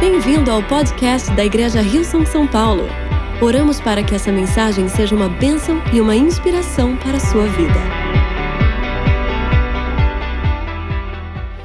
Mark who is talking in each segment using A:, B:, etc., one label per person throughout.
A: Bem-vindo ao podcast da Igreja Rio São São Paulo. Oramos para que essa mensagem seja uma bênção e uma inspiração para a sua vida.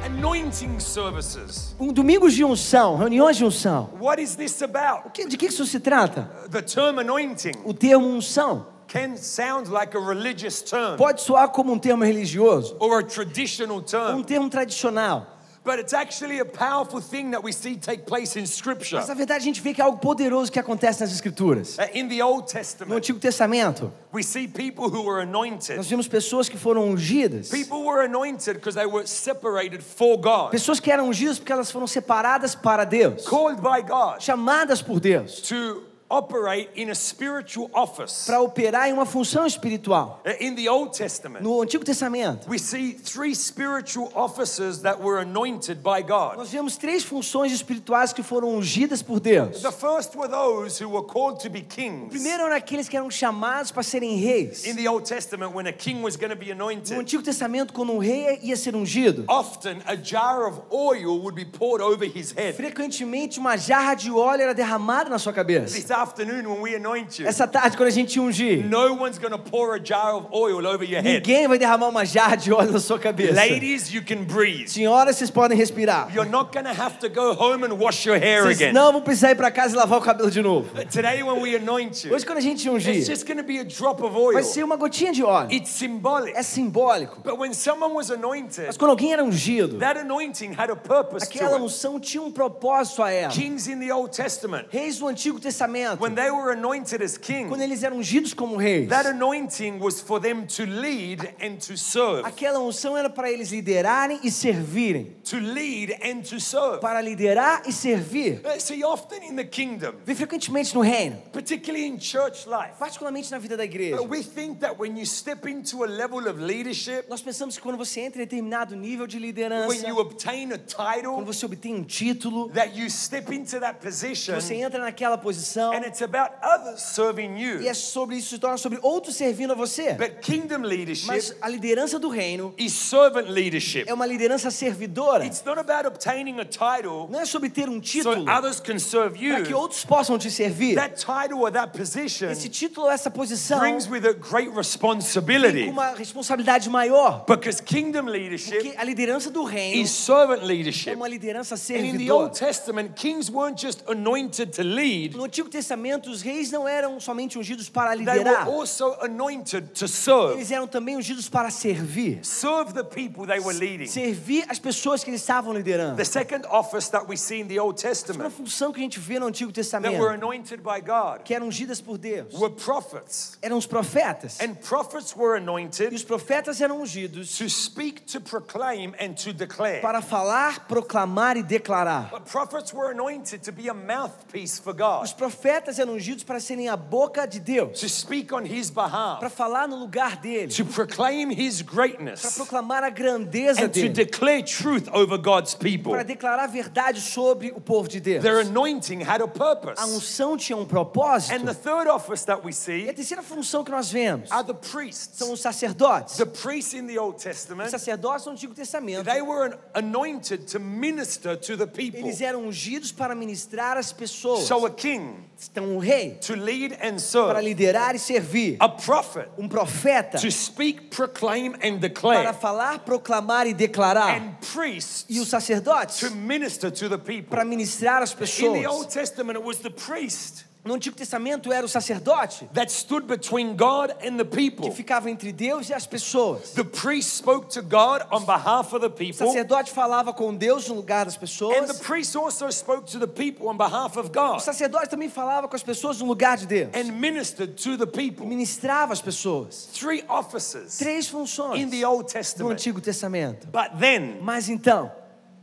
B: anointing services.
C: Um domingos de unção, reuniões de unção.
B: What is this
C: O
B: about?
C: que- De que isso se trata?
B: The term anointing
C: O termo unção
B: can sound like a religious term
C: pode soar como um termo religioso,
B: or a traditional
C: um
B: term,
C: termo tradicional.
B: but it's actually a powerful thing that we see take place in Scripture.
C: Mas na verdade a gente vê que é algo poderoso que acontece nas Escrituras.
B: Uh, In the Old
C: No
B: Testament,
C: Antigo Testamento,
B: we see people who were anointed.
C: nós vimos pessoas que foram ungidas.
B: People were anointed because they were separated for God,
C: Pessoas que eram ungidas porque elas foram separadas para Deus,
B: called by God
C: chamadas por Deus,
B: to operate in a spiritual office.
C: para operar em uma função espiritual.
B: Uh, In the Old Testament,
C: No Antigo Testamento,
B: we see three spiritual offices that were anointed by God.
C: nós vemos três funções espirituais que foram ungidas por Deus.
B: The first were those who were called to be
C: O
B: kings.
C: primeiro eram aqueles que eram chamados para serem reis.
B: In the Old Testament, when a king was going to be
C: No
B: anointed,
C: Antigo Testamento, quando um rei ia ser ungido,
B: often a jar of oil would be poured over his head.
C: frequentemente uma jarra de óleo era derramada na sua cabeça.
B: This afternoon, when we anoint you,
C: Essa tarde, quando a gente ungir,
B: no one's going to pour a jar of oil over your head.
C: ninguém vai derramar uma jarra de óleo na sua cabeça.
B: Ladies, you can breathe.
C: Senhoras, vocês podem respirar.
B: You're not going to have to go home and wash your hair
C: Vocês
B: again.
C: não vão precisar ir para casa e lavar o cabelo de novo.
B: Today, when we anoint you,
C: Hoje, quando a gente
B: it's
C: ungir,
B: just going to be a drop of oil.
C: vai ser uma gotinha de óleo.
B: It's symbolic.
C: É simbólico.
B: But when someone was anointed,
C: Mas quando alguém era ungido,
B: that anointing had a purpose to
C: aquela
B: it.
C: unção tinha um propósito a ela.
B: Kings in the Old Testament,
C: Reis do Antigo Testamento,
B: when they were anointed as
C: quando
B: king,
C: eles eram ungidos como reis,
B: that anointing was for them to lead and to serve.
C: aquela unção era para eles liderarem e servirem.
B: To lead and to serve.
C: para liderar e servir.
B: Uh, See, often in the kingdom,
C: Vem frequentemente no reino,
B: particularly in church life,
C: particularmente na vida da igreja.
B: uh, we think that when you step into a level of leadership,
C: Nós pensamos que quando você entra em determinado nível de
B: when
C: liderança,
B: you obtain a
C: quando
B: title,
C: você obtém um título,
B: that you step into that position
C: você entra naquela posição
B: and it's about others serving
C: e
B: you.
C: é sobre isso, se torna sobre outro servindo a você.
B: But kingdom leadership
C: Mas a liderança do reino
B: is servant leadership.
C: é uma liderança servidora.
B: It's not about obtaining a title
C: Não é sobre ter um título
B: so others can serve
C: para que
B: you.
C: outros possam te servir.
B: That title or that position
C: Esse título, essa posição,
B: brings with it great
C: tem
B: responsibility
C: uma responsabilidade maior.
B: because kingdom leadership
C: Porque a liderança do reino
B: is servant
C: é
B: leadership.
C: uma liderança
B: And in the
C: servidora.
B: Old Testament, kings weren't just anointed to lead,
C: No Antigo Testamento, os reis não eram somente ungidos para
B: they were
C: liderar,
B: also anointed to serve.
C: eles eram também ungidos para servir.
B: Serve the people they were leading.
C: Servir as pessoas que eles estavam liderando.
B: The second office that we see in the Old
C: Uma
B: Testament
C: função que a gente vê no Antigo
B: that were
C: Testamento,
B: anointed by God
C: que eram ungidas por Deus,
B: were prophets.
C: eram os profetas.
B: And prophets were
C: E
B: anointed
C: os profetas eram ungidos
B: to speak, to proclaim, and to declare.
C: para falar, proclamar e declarar.
B: But prophets were anointed to be a mouthpiece for
C: Os
B: God,
C: profetas eram ungidos para serem a boca de Deus,
B: to speak on His
C: para
B: behalf,
C: falar no lugar dele,
B: to proclaim His
C: para
B: greatness,
C: proclamar a grandeza
B: and to
C: dele,
B: declare truth over God's people.
C: para declarar a verdade sobre o povo de Deus.
B: Their anointing had a
C: A
B: purpose.
C: unção tinha um propósito.
B: And the third office that we
C: E
B: see
C: a terceira função que nós vemos
B: are the priests.
C: são os sacerdotes.
B: The priests in the Old
C: Os
B: Testament,
C: sacerdotes do Antigo Testamento,
B: they were an- anointed to minister to the people.
C: eles eram ungidos para ministrar as pessoas.
B: So a king
C: Então, um rei
B: to lead and
C: para
B: serve,
C: liderar e servir.
B: a prophet
C: Um profeta
B: to speak, proclaim, and
C: para
B: declare,
C: falar, proclamar e declarar.
B: and priests
C: E os sacerdotes
B: to minister to the people.
C: para ministrar as
B: In the Old
C: pessoas.
B: Testament, it was the priest
C: No Antigo Testamento era o sacerdote
B: that stood between God and the
C: que
B: people.
C: ficava entre Deus e as pessoas.
B: The priest spoke to God on behalf of the
C: O
B: people,
C: sacerdote falava com Deus no lugar das
B: and the
C: pessoas.
B: priest also spoke to the people on behalf of
C: O
B: God
C: sacerdote também falava com as pessoas no lugar de Deus.
B: and ministered to the people.
C: Ministrava as pessoas.
B: Three offices
C: Três funções.
B: in the Old
C: no
B: Testament.
C: Antigo Testamento.
B: But then
C: Mas então,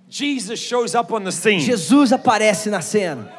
B: Jesus shows up on the scene,
C: Jesus aparece na cena.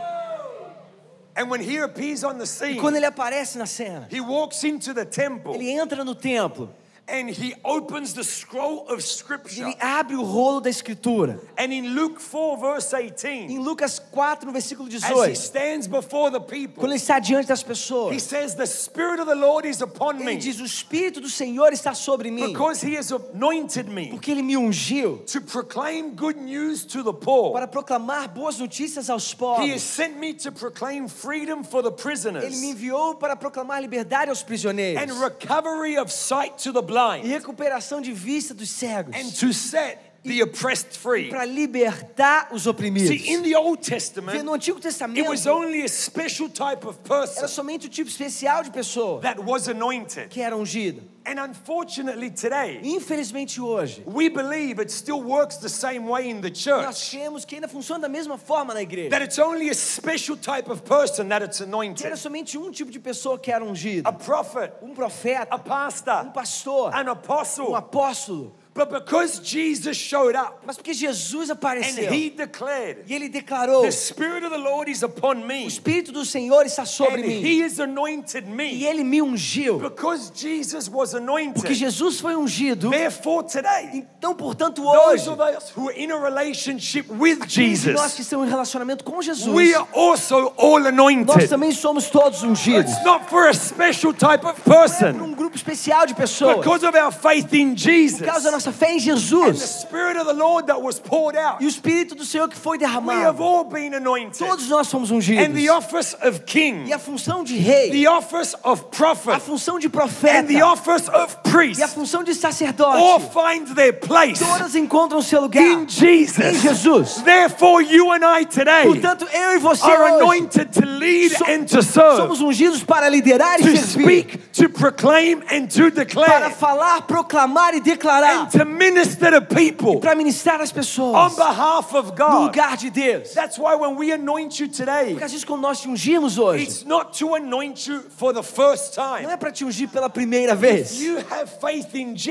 B: and when he appears on the
C: E
B: scene,
C: quando ele aparece na cena,
B: he walks into the temple
C: ele entra no templo
B: and he opens the scroll of scripture.
C: Ele abre o rolo da escritura.
B: And in Luke 4, verse
C: Em
B: 18,
C: Lucas 4, no versículo
B: as he
C: 18,
B: stands before the
C: quando
B: people,
C: ele está diante das
B: he
C: pessoas,
B: says, The Spirit of the Lord is upon
C: ele
B: me
C: diz: O Espírito do Senhor está sobre mim,
B: because he has anointed me
C: porque ele me ungiu
B: to proclaim good news to the poor.
C: para proclamar boas notícias aos
B: He has
C: pobres.
B: sent me to proclaim freedom for the
C: Ele me
B: prisoners
C: enviou para proclamar liberdade aos
B: and
C: prisioneiros
B: recovery of sight to the blind
C: e recuperação de vista dos
B: and
C: cegos,
B: to set the oppressed free.
C: para libertar os
B: See, in
C: oprimidos.
B: the Old
C: Porque no
B: Testament,
C: Antigo
B: it was
C: Testamento
B: only a special type of
C: era
B: person
C: somente o tipo especial de pessoa
B: that was anointed.
C: que era ungida.
B: And unfortunately, today,
C: Infelizmente hoje,
B: We believe it still works the same way in the church.
C: nós temos que ainda funciona da mesma forma na igreja.
B: That it's only a special type of person that it's
C: Que era
B: anointed.
C: somente um tipo de pessoa que era ungida.
B: A prophet,
C: Um
B: a
C: profeta,
B: pastor,
C: um pastor,
B: an
C: um
B: apostle.
C: apóstolo.
B: But because Jesus showed up
C: Mas porque Jesus
B: and
C: apareceu
B: he declared,
C: e ele declarou:
B: The
C: O
B: Spirit of the Lord is upon me,
C: Espírito do Senhor está sobre
B: and
C: mim.
B: he has anointed
C: E
B: me.
C: ele me ungiu.
B: Because Jesus was
C: Porque
B: anointed,
C: Jesus foi ungido.
B: therefore today,
C: Então, portanto,
B: those
C: hoje,
B: of us who are in a relationship with
C: todos nós
B: Jesus,
C: que estamos em relacionamento com Jesus,
B: we are also all
C: nós
B: anointed.
C: também somos todos ungidos.
B: It's not for a special type of
C: Não é para
B: person.
C: um grupo especial de pessoas.
B: Because of our faith in
C: Por
B: Jesus
C: causa da
B: and
C: nossa fé em
B: the
C: Jesus
B: Spirit of the Lord that was poured out,
C: e o Espírito do Senhor que foi
B: we have
C: derramado.
B: all been anointed.
C: Todos nós somos ungidos.
B: And the office of king,
C: E a função de rei,
B: the office of
C: a
B: prophet,
C: função de
B: and
C: profeta
B: the office of
C: e a
B: priest
C: função de
B: all
C: sacerdote,
B: find their place
C: todas encontram seu lugar
B: in
C: em
B: Jesus.
C: Jesus.
B: Therefore, you and I today
C: Portanto, eu e você
B: are
C: hoje
B: anointed to lead
C: so-
B: and to serve,
C: somos ungidos para liderar e
B: to
C: servir,
B: speak, to proclaim, and to
C: para
B: declare,
C: falar, proclamar e declarar,
B: and to minister to people
C: para ministrar as
B: on
C: pessoas
B: behalf of
C: no
B: God.
C: lugar de Deus.
B: That's why when we anoint you today,
C: Por causa disso, quando nós te ungimos hoje,
B: It's not to anoint you for the first
C: não
B: time.
C: é para te ungir pela primeira vez.
B: You have faith in
C: Você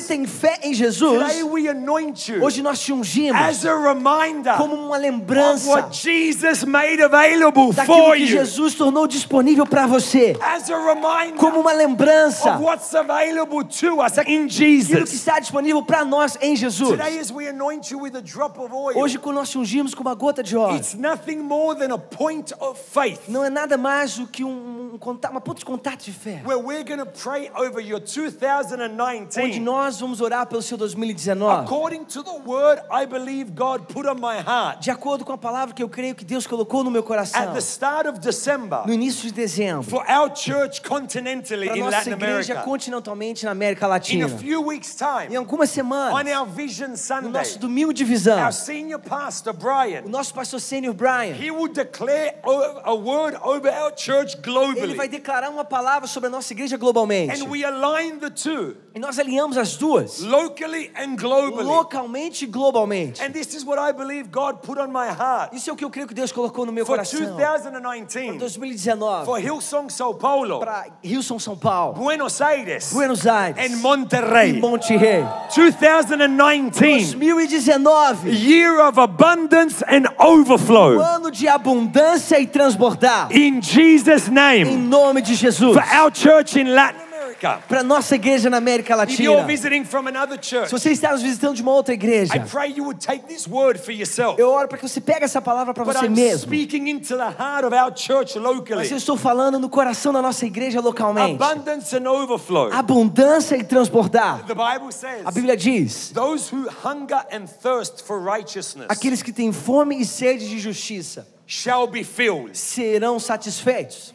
B: Jesus.
C: tem fé em
B: Today
C: Jesus,
B: we anoint you
C: hoje nós te ungimos
B: as a reminder
C: como uma
B: of what
C: lembrança
B: Jesus made available
C: daquilo
B: for
C: que
B: you.
C: Jesus tornou disponível para você,
B: As a reminder
C: como uma lembrança
B: of what's available to us in
C: daquilo que
B: Jesus.
C: está disponível para nós em Jesus.
B: Today, as we anoint you with a drop of oil,
C: Hoje, quando nós te ungimos com uma gota de óleo,
B: it's nothing more than a point of faith
C: não é nada mais do que um, um contato, uma ponta de contato de fé,
B: where we're going to pray over your
C: onde
B: 2019
C: nós vamos orar pelo seu 2019,
B: according to the word I believe God put on my heart.
C: de acordo com a palavra que eu creio que Deus colocou no meu
B: At
C: coração,
B: the start of December,
C: no início de dezembro,
B: for our church continentally
C: para
B: in
C: nossa
B: Latin
C: igreja
B: America,
C: continentalmente na América
B: in a
C: Latina.
B: few weeks'
C: Em
B: time,
C: algumas
B: on
C: semanas,
B: our Vision
C: no
B: Sunday,
C: nosso domingo de visão,
B: our senior pastor,
C: o
B: Brian,
C: nosso pastor sênior Brian,
B: assim. he will declare o- a word over our church
C: ele vai
B: globally.
C: declarar uma palavra sobre a nossa igreja globalmente.
B: And we align the two,
C: E nós alinhamos as duas,
B: locally and globally.
C: localmente e globalmente.
B: And this is what I believe God put on my heart
C: Isso é o que eu creio que Deus colocou no meu
B: for
C: coração.
B: 2019,
C: 2019,
B: for Hillsong Sao Paulo,
C: para Wilson, São Paulo,
B: Buenos Aires,
C: Buenos Aires
B: and
C: e
B: Monterrey.
C: Monte Rei.
B: 2019.
C: 2019,
B: year of abundance and
C: um
B: overflow
C: ano de abundância e transbordar,
B: in Jesus'
C: em
B: name
C: nome de Jesus.
B: for our church in Latin America.
C: Para nossa igreja na América
B: If you're
C: Latina.
B: visiting from another church,
C: Se você está nos visitando de uma outra igreja,
B: I pray you would take this word for yourself.
C: eu oro para que você pegue essa palavra para
B: But
C: você
B: I'm
C: mesmo.
B: speaking into the heart of our church
C: Mas eu
B: locally.
C: estou falando no coração da nossa igreja localmente.
B: Abundance and overflow.
C: Abundância e transbordar.
B: The Bible
C: A
B: says
C: Bíblia diz:
B: those who hunger and thirst for righteousness
C: aqueles que têm fome e sede de justiça
B: shall be filled.
C: serão satisfeitos.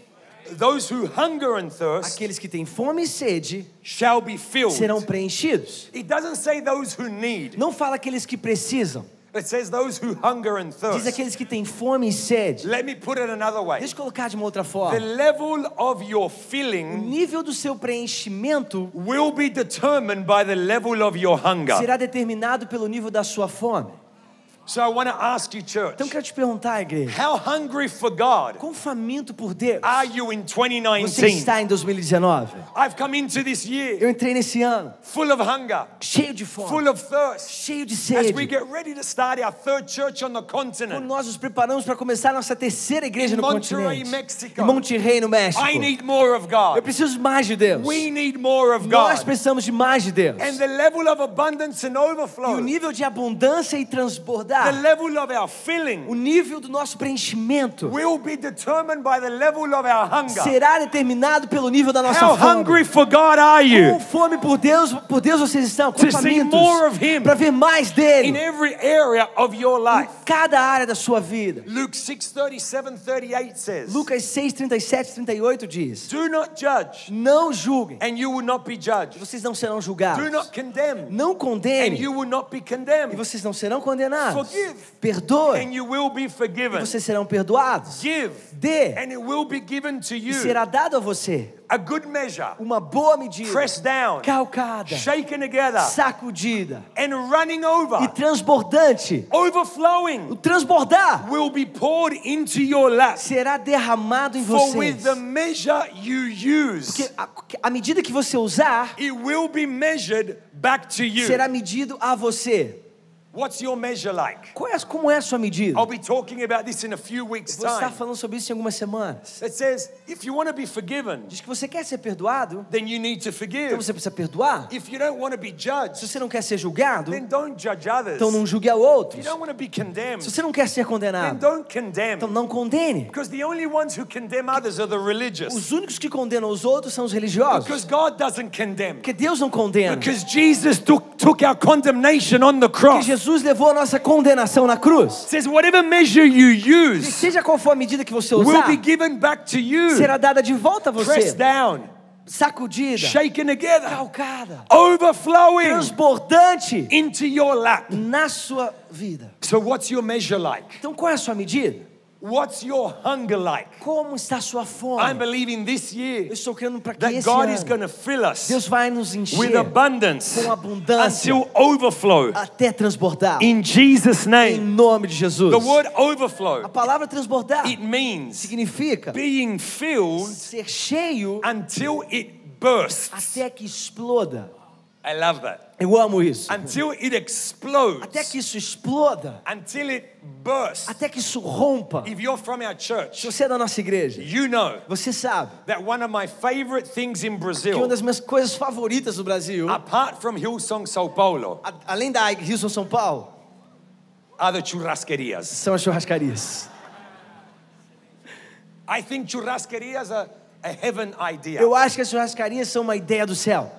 B: Those who hunger and thirst
C: Aqueles que têm fome e sede
B: shall be
C: serão
B: filled.
C: preenchidos.
B: It doesn't say those who need.
C: Não fala aqueles que precisam,
B: It says those who hunger and
C: diz
B: thirst.
C: aqueles que têm fome e sede.
B: Let me put it another way.
C: Deixa eu colocar de uma outra
B: The
C: forma.
B: level of your
C: O
B: feeling
C: nível do seu preenchimento
B: will be determined by the level of your hunger.
C: será determinado pelo nível da sua fome.
B: So I want to ask you, church,
C: Então eu quero te perguntar, igreja,
B: how hungry for God
C: quão faminto por Deus
B: are you in
C: você
B: 2019?
C: está em 2019?
B: I've come into this year
C: Eu entrei nesse ano
B: full of hunger,
C: cheio de
B: full
C: fome,
B: of thirst.
C: cheio de
B: As
C: sede.
B: we get ready to start our third church on the
C: Quando
B: continent,
C: nós nos preparamos para começar a nossa terceira igreja
B: In
C: no
B: Monterrey,
C: continente,
B: Mexico.
C: em Monterrey, no México.
B: I need more of
C: Eu
B: God.
C: preciso mais de Deus.
B: We need more of
C: Nós
B: God.
C: precisamos de mais de Deus.
B: And
C: E
B: the level of abundance and
C: o
B: overflow,
C: nível de abundância e
B: the
C: transbordar,
B: level of our
C: o
B: filling,
C: nível do nosso preenchimento,
B: will be determined by the level of our hunger.
C: será determinado pelo nível da nossa
B: How hungry
C: fome.
B: for God are
C: Com
B: you?
C: fome por Deus, por Deus vocês estão, com
B: To see
C: famintos,
B: more of Him.
C: para ver mais
B: In
C: dele
B: every area of your
C: em
B: life.
C: cada área da sua vida.
B: Luke 6 37 38 says,
C: Lucas 6, 37 38 diz:
B: Do not judge,
C: Não julguem,
B: and you will not be judged.
C: vocês não serão
B: Do
C: julgados.
B: not condemn,
C: Não
B: and
C: condenem,
B: you will not be
C: e
B: condemned.
C: vocês não serão condenados.
B: Forgive, and
C: Perdoem,
B: you will be
C: e
B: forgiven.
C: vocês serão perdoados.
B: Give,
C: Dê,
B: and it will be given to
C: e
B: you.
C: será dado a você
B: A good measure,
C: uma boa medida,
B: pressed down,
C: calcada,
B: shaken together,
C: sacudida
B: and running
C: e
B: over,
C: transbordante. O
B: overflowing,
C: transbordar
B: will be poured into your lap.
C: será derramado em
B: For with
C: vocês.
B: the measure you use,
C: Porque a, que- à medida que você usar,
B: it will be measured back to you.
C: será medido a você.
B: What's your measure like?
C: Qual é, a- como é a sua medida?
B: I'll be talking about this in a few weeks'
C: Vou estar
B: time.
C: falando sobre isso em algumas semanas.
B: It says, if you want to be forgiven,
C: Diz que você quer ser perdoado,
B: then you need to
C: então
B: forgive.
C: você precisa perdoar.
B: If you don't want to be
C: Se
B: judged,
C: você não quer ser julgado,
B: then don't judge others.
C: então
B: If
C: não julgue a outros.
B: you don't want to be
C: Se
B: condemned,
C: você não quer ser
B: then
C: condenado,
B: don't
C: então
B: condemn.
C: não condene.
B: Because the only ones who condemn others are the religious.
C: Os únicos que condenam os outros são os religiosos.
B: Because God doesn't condemn.
C: Porque Deus não condena. Porque
B: Because Jesus took, took our condemnation on the cross. It
C: Jesus levou a nossa condenação na cruz.
B: says, whatever measure you
C: E
B: use
C: seja qual for a medida que você
B: will
C: usar,
B: be given back to you.
C: será dada de volta a
B: Pressed
C: você.
B: down,
C: Sacudida,
B: shaken together,
C: calcada,
B: overflowing
C: transbordante
B: into your lap.
C: na sua vida.
B: So, what's your measure like?
C: Então qual é a sua medida?
B: What's your hunger like?
C: Como está a sua
B: I'm
C: fome?
B: believing this year
C: Eu estou querendo para que
B: that
C: esse
B: God is
C: ano
B: going to fill us
C: Deus vai nos
B: with
C: encher
B: abundance
C: com abundância
B: until overflow.
C: até transbordar.
B: In Jesus'
C: Em
B: name,
C: nome de Jesus.
B: the word
C: A
B: overflow
C: palavra transbordar
B: it means
C: significa
B: being filled
C: ser cheio
B: until it bursts.
C: até que exploda.
B: I love that.
C: Eu amo isso.
B: Until it
C: Até
B: explodes.
C: que isso exploda,
B: Until it bursts.
C: até que isso rompa.
B: If you're from our
C: Se
B: church,
C: você é da nossa igreja,
B: you know
C: você sabe
B: that one of my favorite things in
C: que uma
B: Brazil,
C: das minhas coisas favoritas do Brasil,
B: apart from Hillsong Sao Paulo,
C: a- além da Houston São Paulo,
B: are the churrasquerias.
C: são as churrascarias.
B: I think churrasquerias are a heaven idea.
C: Eu acho que as churrascarias são uma ideia do céu.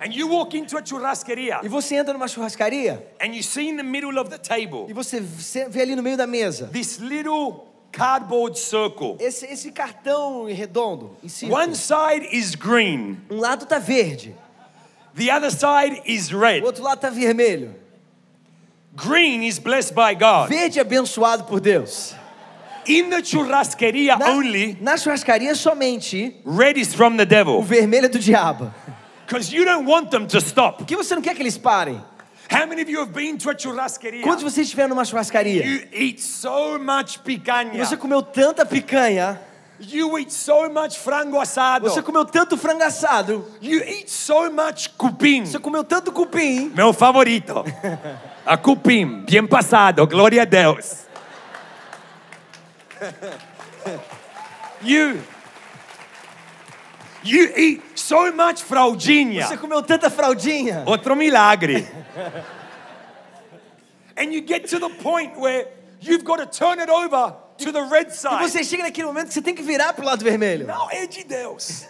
B: And you walk into a
C: E
B: churrasqueria
C: você entra numa churrascaria
B: and you see in the middle of the table
C: e você vê vê ali no meio da mesa
B: this little cardboard circle.
C: esse, esse cartão redondo em cima.
B: One side is green,
C: Um lado tá verde,
B: the other side is red.
C: o outro lado tá vermelho.
B: Green is blessed by God.
C: Verde é abençoado por Deus.
B: In the churrasqueria
C: Na,
B: only,
C: na churrascaria somente
B: red is from the
C: o
B: devil
C: vermelho é do diabo.
B: because you don't want them to stop.
C: Por que você não quer que eles parem?
B: How many of you have been to a
C: Quando
B: churrasqueria?
C: você estiver numa churrascaria,
B: You eat so much
C: você
B: picanha.
C: comeu tanta picanha,
B: You eat so much frango
C: você
B: assado.
C: comeu tanto frango assado,
B: You eat so much cupim.
C: você comeu tanto cupim,
B: Meu favorito. A cupim, bien passado, glória a Deus. You You eat so much fraldinha.
C: você comeu tanta fraldinha.
B: Outro milagre. And you get to the point where you've got to turn it over to the red
C: E
B: side.
C: você chega naquele momento que você tem que virar pro lado vermelho.
B: Não é de Deus.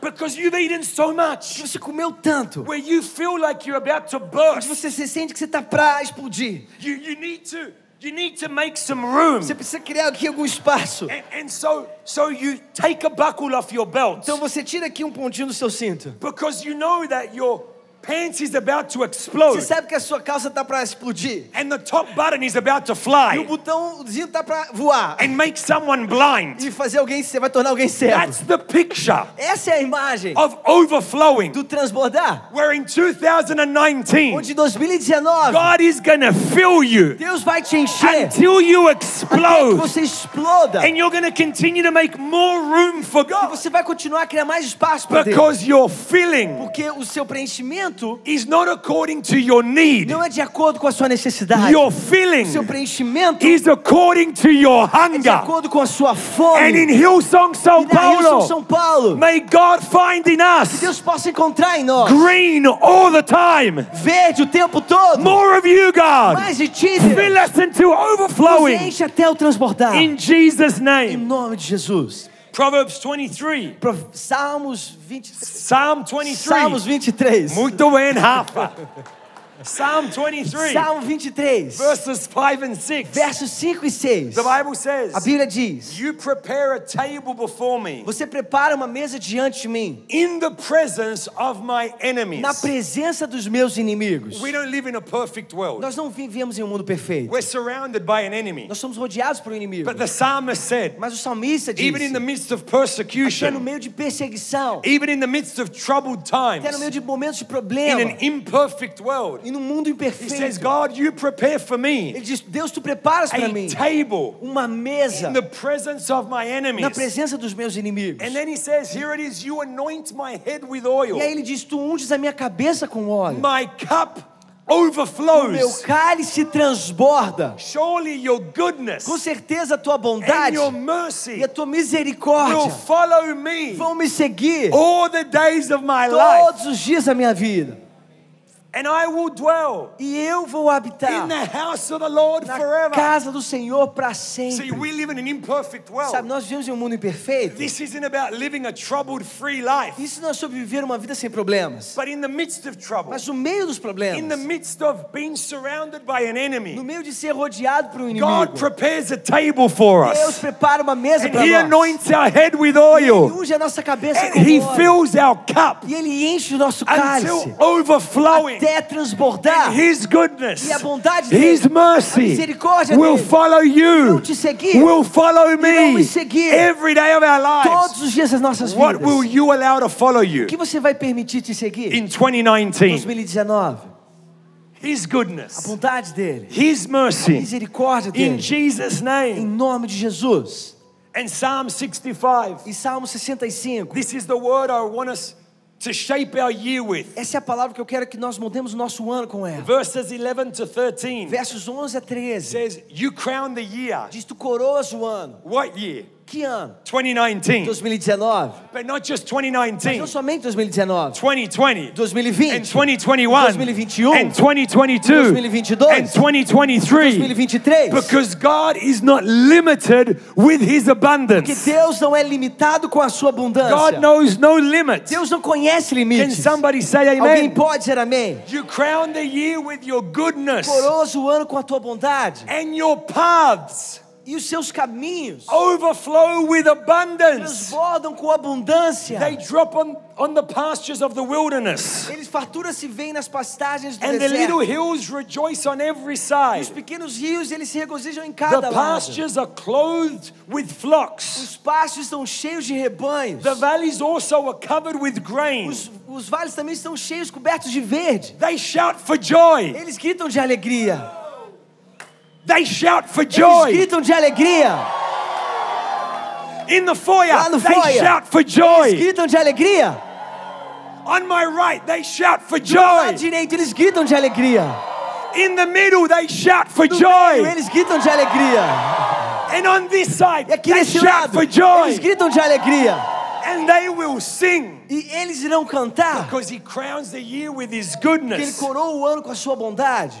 B: Because you've eaten so much
C: Você comeu tanto,
B: where you feel like you're about to
C: mas
B: burst.
C: você se sente que você tá pra explodir.
B: You, you need to you need to make some room.
C: Você precisa criar aqui algum espaço.
B: And, and so so you take a buckle off your belt
C: Então você tira aqui um pontinho do seu cinto.
B: because you know that your pants is about to
C: Você
B: explode,
C: sabe que a sua calça tá para explodir?
B: and the top button is about to
C: E o
B: fly
C: botãozinho tá para voar
B: and make someone blind.
C: e fazer alguém, você vai tornar alguém cego.
B: That's the picture
C: Essa é a imagem
B: of overflowing.
C: do transbordar.
B: Where in 2019,
C: Onde em 2019
B: God is going to fill you
C: Deus vai te encher
B: until you
C: até que
B: explode.
C: você exploda.
B: And you're going to continue to make more room for
C: E
B: God
C: você vai continuar a criar mais espaço para Deus.
B: because your filling
C: Porque o seu preenchimento
B: is not according to your need.
C: não é de acordo com a sua necessidade.
B: Your
C: O seu
B: filling
C: preenchimento
B: is according to your
C: é de
B: hunger.
C: acordo com a sua
B: And in
C: fome.
B: Hillsong,
C: E
B: São
C: na Wilson,
B: Paulo,
C: São Paulo,
B: may God find in us
C: Deus possa encontrar em nós
B: green all the time.
C: verde o tempo todo.
B: More of you, God.
C: Mais de ti, Deus.
B: Fill us until
C: Nos
B: overflowing.
C: enche até o transbordar.
B: In Jesus'
C: Em
B: name.
C: nome de Jesus.
B: Ah. Proverbs 23.
C: Pro- Salmos 23.
B: Psalm 23.
C: Salmos 23.
B: Muito bem, Rafa. Psalm 23.
C: Salmo 23.
B: Verses 5 and 6.
C: Versos 5 e 6.
B: The Bible
C: A
B: says,
C: Bíblia diz:
B: You prepare a table before me
C: Você prepara uma mesa diante de mim,
B: in the presence of my enemies.
C: na presença dos meus inimigos.
B: We don't live in a perfect world.
C: Nós não vivemos em um mundo perfeito.
B: We're surrounded by an enemy.
C: Nós somos rodeados por um inimigo.
B: But the psalmist said,
C: Mas o salmista diz:
B: Even in the midst of
C: até no
B: persecution,
C: meio de perseguição,
B: even in the midst of troubled
C: até no
B: times,
C: meio de momentos de
B: in
C: problema,
B: an imperfect world,
C: e num mundo
B: He says,
C: imperfeito,
B: God, you prepare for me
C: ele diz: Deus, tu preparas para
B: a
C: mim
B: table
C: uma mesa
B: in the presence of my
C: na
B: enemies.
C: presença dos meus inimigos.
B: And then he says, Here it is, you anoint my head with
C: E aí
B: oil.
C: ele diz: Tu unges a minha cabeça com óleo,
B: My cup
C: meu
B: overflows.
C: cálice transborda.
B: Surely your goodness
C: Com certeza a tua
B: and
C: bondade
B: your
C: e
B: mercy
C: a tua
B: will
C: misericórdia
B: follow me
C: vão me seguir
B: all the days of Oh, my life,
C: todos os dias da minha vida.
B: and I will dwell
C: E eu vou habitar
B: in the house of the Lord
C: na
B: forever.
C: casa do Senhor para
B: See,
C: sempre.
B: we live in an imperfect
C: Sabe,
B: world.
C: nós vivemos em um mundo imperfeito.
B: This isn't about living a troubled, free life,
C: Isso não é sobre viver uma vida sem problemas,
B: but in the midst of trouble.
C: mas no meio dos
B: In the
C: problemas,
B: midst of being surrounded by an
C: no
B: enemy,
C: meio de ser rodeado por um
B: God
C: inimigo,
B: prepares a table for
C: Deus
B: us.
C: prepara uma mesa
B: And He
C: para nós.
B: anoints our head with
C: Ele
B: oil.
C: unge a nossa cabeça
B: And
C: com
B: He
C: óleo.
B: fills our cup
C: E Ele enche o nosso cálice
B: until overflowing.
C: até transbordar.
B: And His goodness,
C: E a bondade dele,
B: His
C: a
B: mercy
C: misericórdia
B: will
C: dele,
B: follow you,
C: vão te seguir,
B: will follow
C: vão me
B: me
C: seguir
B: every day of our
C: todos
B: lives.
C: os dias das nossas
B: What will
C: vidas.
B: you allow to follow
C: O
B: you
C: que você vai permitir te seguir?
B: in 2019?
C: 2019.
B: His goodness,
C: Vontade dele.
B: His mercy,
C: Misericórdia
B: in
C: dele.
B: Jesus'
C: Em
B: name.
C: nome de Jesus.
B: And Psalm 65.
C: E Salmo 65.
B: This is the word I want us to shape our year with.
C: Essa é a palavra que eu quero que nós mudemos o nosso ano com ela.
B: Verses 11 to 13
C: Versos 11 a 13.
B: says, You crown the year.
C: Diz tu coroas o ano.
B: What year?
C: Que ano?
B: 2019.
C: 2019.
B: But not just
C: Não
B: 2019,
C: somente 2019.
B: 2020. And
C: 2020.
B: 2021
C: 2021,
B: and 2022
C: 2022,
B: and
C: e
B: 2023
C: 2023.
B: because God is not limited with his
C: Porque
B: abundance.
C: Deus não é limitado com a sua abundância.
B: God knows no limits.
C: Deus não conhece
B: Can
C: limites.
B: somebody say
C: Alguém
B: amen?
C: pode dizer amém?
B: You crown the year with your goodness
C: Coroas o ano com a tua bondade.
B: and your paths
C: E os seus caminhos
B: overflow with abundance.
C: transbordam com abundância.
B: They drop on, on the pastures of the wilderness,
C: Eles fartura se veem nas pastagens do
B: and the little
C: deserto.
B: hills rejoice on every
C: E
B: side.
C: os pequenos rios, eles se regozijam em
B: The
C: cada lado.
B: pastures are clothed with flocks.
C: Os pastos estão cheios de rebanhos.
B: The valleys also are covered with grain.
C: Os, os vales também estão cheios, cobertos de verde.
B: They shout for joy.
C: Eles gritam de alegria.
B: They shout for
C: Eles
B: joy.
C: gritam de alegria.
B: In the
C: Lá
B: foyer,
C: no
B: they
C: foyer.
B: shout for
C: Eles
B: joy.
C: gritam de alegria.
B: On my right, they shout for
C: Do lado
B: joy.
C: direito, eles gritam de alegria.
B: In the middle, they shout for
C: Do meio,
B: joy.
C: eles gritam de alegria.
B: And on this side,
C: E aqui
B: they
C: desse
B: shout
C: lado,
B: for
C: eles
B: joy.
C: gritam de alegria.
B: And they will sing
C: E eles irão cantar.
B: because he crowns the year with his
C: Porque ele
B: goodness.
C: coroa o ano com a sua bondade.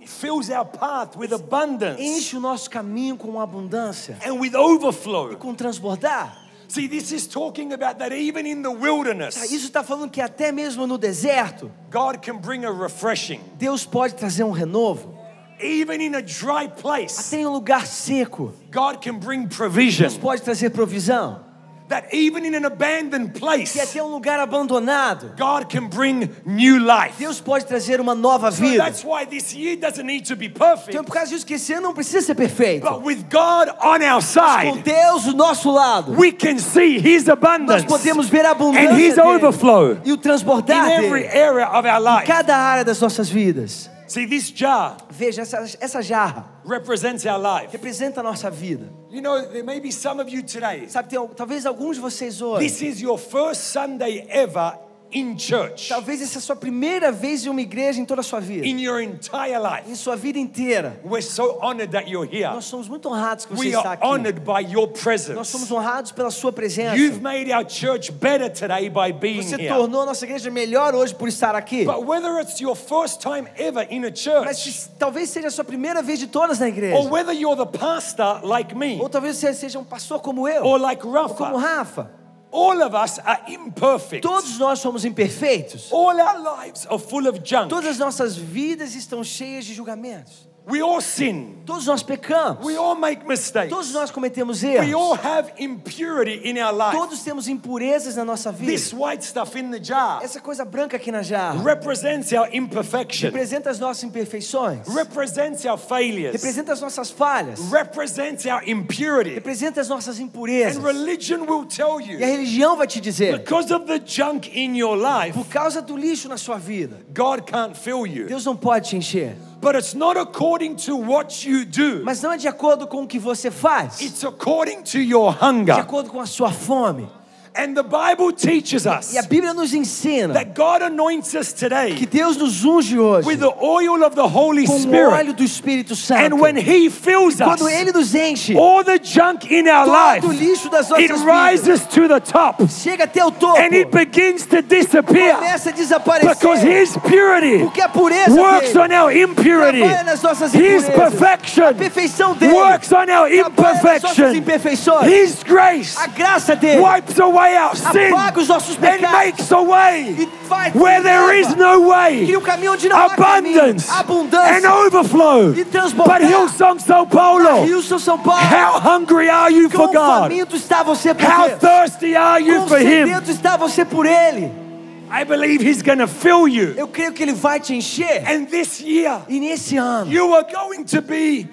B: He fills our path with abundance
C: Enche o nosso caminho com abundância.
B: and with overflow.
C: Com transbordar.
B: See, this is talking about that even in the
C: Tá,
B: wilderness,
C: Isso está falando que até mesmo no deserto,
B: God can bring a refreshing.
C: Deus pode trazer um renovo.
B: Even in a dry place,
C: Até em um lugar seco,
B: God can bring provision.
C: pode trazer provisão.
B: that even in an abandoned
C: que
B: place,
C: até um lugar abandonado,
B: God can bring new life.
C: Deus pode trazer uma nova
B: So
C: vida.
B: that's why this year doesn't need to be
C: Então,
B: perfect,
C: por causa disso, que esse ano não precisa ser perfeito.
B: but with God on our
C: Com
B: side,
C: Deus do nosso lado,
B: we can see His
C: nós
B: abundance
C: podemos ver a abundância
B: and His
C: dele
B: overflow
C: e o
B: in
C: transbordar
B: every
C: dele
B: area of our
C: em
B: life.
C: cada área das nossas vidas.
B: See, this jar
C: Veja, essa, essa jarra
B: represents our life.
C: representa a nossa vida.
B: You know, there may be some of you today,
C: Sabe, tem, al- talvez alguns de vocês hoje,
B: this is your first Sunday ever in church,
C: talvez essa é a sua primeira vez em uma igreja em toda a sua vida,
B: in your entire
C: em
B: life.
C: sua vida inteira.
B: We're so honored that you're here.
C: Nós somos muito honrados que você
B: We
C: está
B: are
C: aqui.
B: honored by your
C: Nós somos
B: presence.
C: honrados pela sua presença.
B: You've made our church better today by being
C: Você
B: here.
C: tornou a nossa igreja melhor hoje por estar aqui.
B: But whether it's your first time ever in a
C: Mas
B: church,
C: se- talvez seja a sua primeira vez de todas na igreja.
B: or whether you're the pastor like me,
C: Ou talvez você seja um pastor como eu,
B: or like
C: ou como
B: Rafa,
C: Rafa.
B: all of us are imperfect.
C: Todos nós somos imperfeitos.
B: All our lives are full of junk.
C: Todas as nossas vidas estão cheias de julgamentos.
B: We all sin.
C: Todos nós pecamos.
B: We all make mistakes.
C: Todos nós cometemos
B: We all
C: erros.
B: have impurity in our life.
C: Todos temos impurezas na nossa
B: This
C: vida.
B: white stuff in the jar
C: Essa coisa branca aqui na jarra
B: represents our imperfection,
C: representa as nossas imperfeições,
B: represents our failures,
C: representa as nossas falhas,
B: represents our impurity.
C: representa as nossas
B: And
C: impurezas.
B: religion will tell
C: E a
B: you
C: religião vai te dizer:
B: because of the junk in your life,
C: por causa do lixo na sua vida,
B: God can't fill you.
C: Deus não pode te encher.
B: But it's not according to what you do,
C: Mas não é de acordo com o que você faz, de
B: it's according to your hunger.
C: acordo com a sua fome.
B: And the Bible teaches us
C: E a Bíblia nos ensina
B: that God anoints us
C: que
B: today
C: Deus nos unge hoje
B: with the oil of the Holy
C: com o
B: Spirit.
C: óleo do Espírito Santo.
B: And when He fills us,
C: Quando Ele nos enche,
B: all the junk in our life,
C: todo o lixo das nossas
B: it
C: vidas
B: rises to the top
C: chega até o topo,
B: and it begins to disappear
C: começa a desaparecer,
B: because His purity
C: porque a pureza
B: works
C: dele
B: on our impurity.
C: trabalha nas nossas
B: His
C: impurezas,
B: perfection
C: perfeição dele
B: works on our
C: trabalha nas nossas
B: imperfection.
C: imperfeições,
B: His grace
C: a graça dele
B: wipes away our sin
C: apaga os nossos
B: and
C: pecados
B: makes a
C: e
B: way
C: vai
B: where there is no way.
C: cria um caminho onde não há caminho,
B: Abundance and
C: abundância,
B: overflow.
C: e
B: But
C: transbordar.
B: Hillsong Sao Paulo,
C: Rio São São Paulo,
B: how hungry are you for
C: quão
B: God?
C: faminto está você por
B: How
C: Deus?
B: thirsty are you
C: Quão
B: for Him?
C: sedento está você por Ele?
B: I believe He's going to fill you.
C: Eu creio que Ele vai te encher.
B: And this year,
C: E nesse ano,
B: you are going to be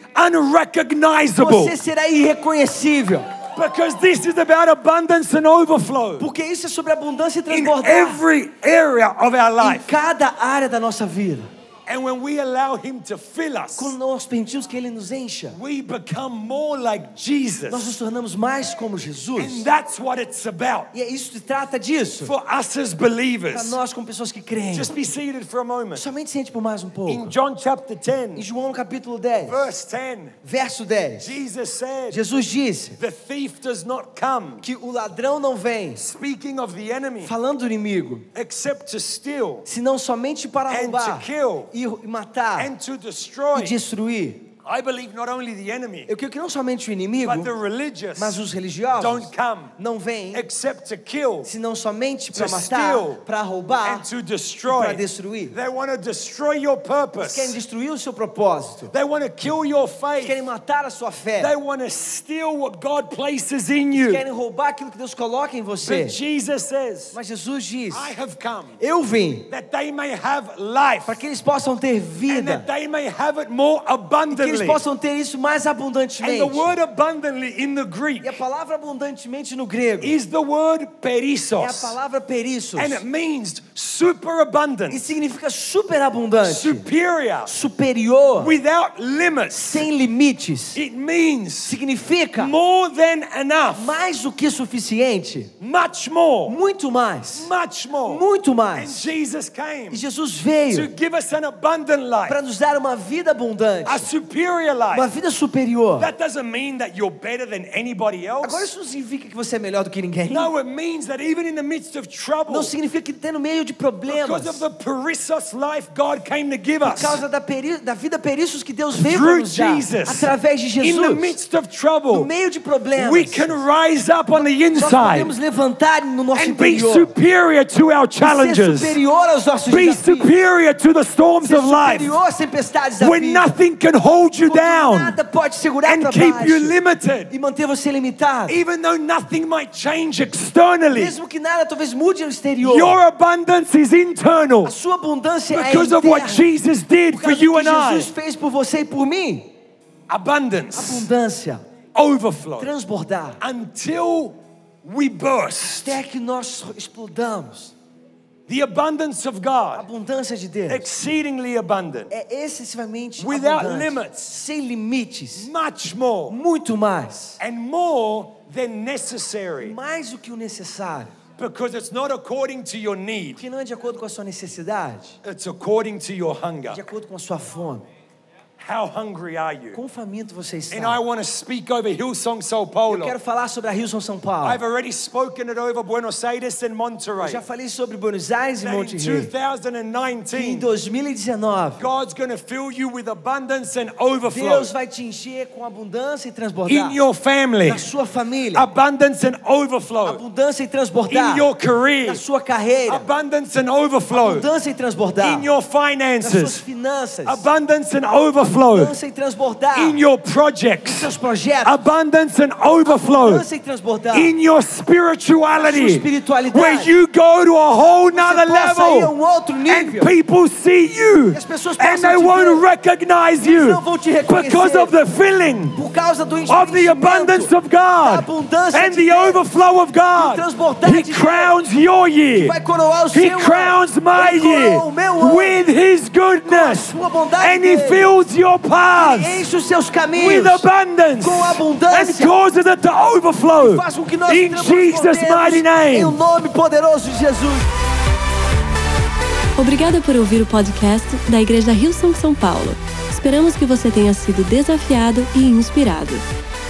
B: unrecognizable
C: você será irreconhecível.
B: because this is about abundance and overflow
C: Porque isso é sobre abundância e
B: in
C: transbordar
B: every area of our
C: em
B: life.
C: cada área da nossa vida.
B: And when we allow Him to fill us,
C: Quando nós permitimos que Ele nos encha,
B: we become more like
C: nós nos
B: Jesus.
C: tornamos mais como
B: And
C: Jesus.
B: that's what it's about
C: E é isso que trata disso.
B: for us as
C: Para
B: believers.
C: nós, como pessoas que creem.
B: Just be seated for a moment.
C: Somente sente por mais um pouco.
B: In John chapter
C: Em
B: 10,
C: João capítulo 10,
B: verse 10,
C: verso 10,
B: Jesus said,
C: Jesus disse
B: The thief does not come,
C: que o ladrão não vem,
B: speaking of the enemy,
C: falando do inimigo,
B: except to steal
C: senão somente para
B: And
C: roubar,
B: to kill.
C: e e matar,
B: and to
C: e
B: destroy.
C: destruir.
B: I believe not only the enemy,
C: Eu creio que não somente o inimigo,
B: but the religious
C: mas os religiosos
B: don't come
C: não vêm,
B: except to kill
C: senão somente para
B: to
C: matar,
B: steal
C: para roubar,
B: and to
C: para
B: destroy.
C: destruir.
B: They want to destroy your
C: Eles querem
B: purpose,
C: destruir o seu propósito,
B: they want to kill your
C: eles querem
B: faith,
C: matar a sua
B: they
C: fé,
B: want to steal what God places in
C: eles
B: you.
C: querem roubar aquilo que Deus coloca em você.
B: But Jesus says,
C: Mas Jesus diz:
B: I have come
C: Eu vim
B: that they may have life
C: para que eles possam ter
B: and
C: vida. E
B: that they may have it more
C: que eles
B: abundantly.
C: possam ter isso
B: And
C: mais
B: the
C: abundantemente.
B: word abundantly in the Greek
C: E a palavra abundantemente no grego
B: is the word
C: é E a
B: perissos.
C: palavra perissos.
B: And it means
C: E
B: superabundant,
C: significa superabundante,
B: superior,
C: superior,
B: without limits.
C: sem limites.
B: It means
C: Significa
B: more than enough,
C: mais do que suficiente,
B: much more,
C: muito mais,
B: much more.
C: muito
B: And
C: mais.
B: Jesus
C: E
B: came
C: Jesus
B: to
C: veio
B: give us an abundant
C: para
B: life,
C: nos dar uma vida
B: a
C: abundante,
B: superior
C: uma
B: life.
C: vida superior.
B: That doesn't mean that you're better than anybody
C: Agora
B: else.
C: isso não significa que você é melhor do que ninguém.
B: No, it means that even in the midst of trouble,
C: Não significa que até no meio de problemas,
B: because of
C: por
B: the perissos life God came to give us,
C: causa da, peri- da vida perissos que Deus veio para
B: through
C: nos dar,
B: Jesus,
C: através de
B: in the
C: Jesus.
B: midst of
C: no
B: trouble,
C: meio de problemas,
B: we can rise up on the
C: nós
B: inside
C: podemos levantar no nosso
B: and be
C: interior
B: superior to our
C: e ser
B: challenges,
C: superior aos nossos
B: be
C: desafios,
B: superior to the storms
C: ser
B: of life
C: superior às tempestades da
B: when
C: vida,
B: nothing can hold hold you
C: Porque
B: down
C: Nada pode segurar
B: and
C: pra
B: keep
C: baixo
B: you limited.
C: e manter você limitado.
B: Even though nothing might change externally,
C: Mesmo que nada talvez mude no exterior.
B: your abundance is internal
C: A sua abundância é
B: because of what
C: interna.
B: Jesus did
C: Por
B: for
C: causa do
B: you
C: que
B: and I.
C: Jesus fez por você e por mim.
B: Abundance,
C: Abundância,
B: overflow,
C: transbordar,
B: until we burst.
C: até que nós explodamos.
B: The abundance of
C: A
B: God,
C: abundância de Deus
B: exceedingly abundant,
C: é excessivamente
B: Without
C: abundante,
B: limits.
C: sem limites,
B: much more
C: muito mais,
B: and more than necessary
C: mais do que o necessário,
B: because it's not according to your need,
C: porque não é de acordo com a sua necessidade,
B: it's according to your
C: é de
B: hunger.
C: acordo com a sua fome.
B: How hungry are you?
C: Quão faminto você está?
B: And I want to speak over Hillsong Sao
C: Eu quero
B: Paulo.
C: falar sobre a Rio São
B: I've
C: Paulo.
B: already spoken it over Buenos Aires and
C: Eu já
B: Monterrey.
C: falei sobre Buenos Aires e
B: That in
C: Monte Rio. Que em
B: 2019,
C: 2019,
B: God's going to fill you with abundance and overflow
C: Deus vai te encher com abundância e transbordar.
B: in your family,
C: Na sua família,
B: abundance and overflow
C: abundância e transbordar.
B: in your
C: Na
B: career,
C: sua carreira,
B: abundance and overflow
C: abundância e transbordar.
B: in your
C: Nas suas
B: finances,
C: finanças,
B: abundance and overflow
C: abundância e transbordar.
B: in
C: Nos
B: your projects,
C: seus projetos,
B: abundance and overflow
C: abundância e transbordar.
B: in your
C: Na sua
B: spirituality,
C: espiritualidade.
B: where you go to a whole nother
C: possa ir a um
B: level
C: outro
B: and
C: nível.
B: people see you
C: E as pessoas
B: and
C: possam
B: they
C: te
B: won't
C: ver.
B: recognize you
C: não vão te reconhecer.
B: because of the filling
C: Por causa do
B: of the abundance
C: enchimento,
B: of God
C: da abundância
B: and
C: de
B: the
C: Deus,
B: overflow of God.
C: do transbordar
B: He
C: de Deus,
B: crowns your year.
C: vai coroar o seu
B: He
C: ano.
B: crowns my
C: Ele coroa
B: year
C: o meu ano.
B: with His goodness,
C: Com a sua bondade
B: and He
C: dele.
B: fills your paths
C: enche os seus
B: with
C: caminhos.
B: abundance
C: Com
B: and
C: abundância. E
B: causes it to overflow
C: Faz com que nós
B: in Jesus' mighty
C: Em um o
B: name.
C: nome poderoso de Jesus.
A: Obrigada por ouvir o podcast da Igreja Hillsong São Paulo. Esperamos que você tenha sido desafiado e inspirado.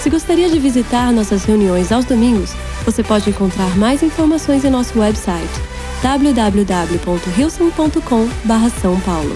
A: Se gostaria de visitar nossas reuniões aos domingos, você pode encontrar mais informações em nosso website www.hillsong.com/são paulo.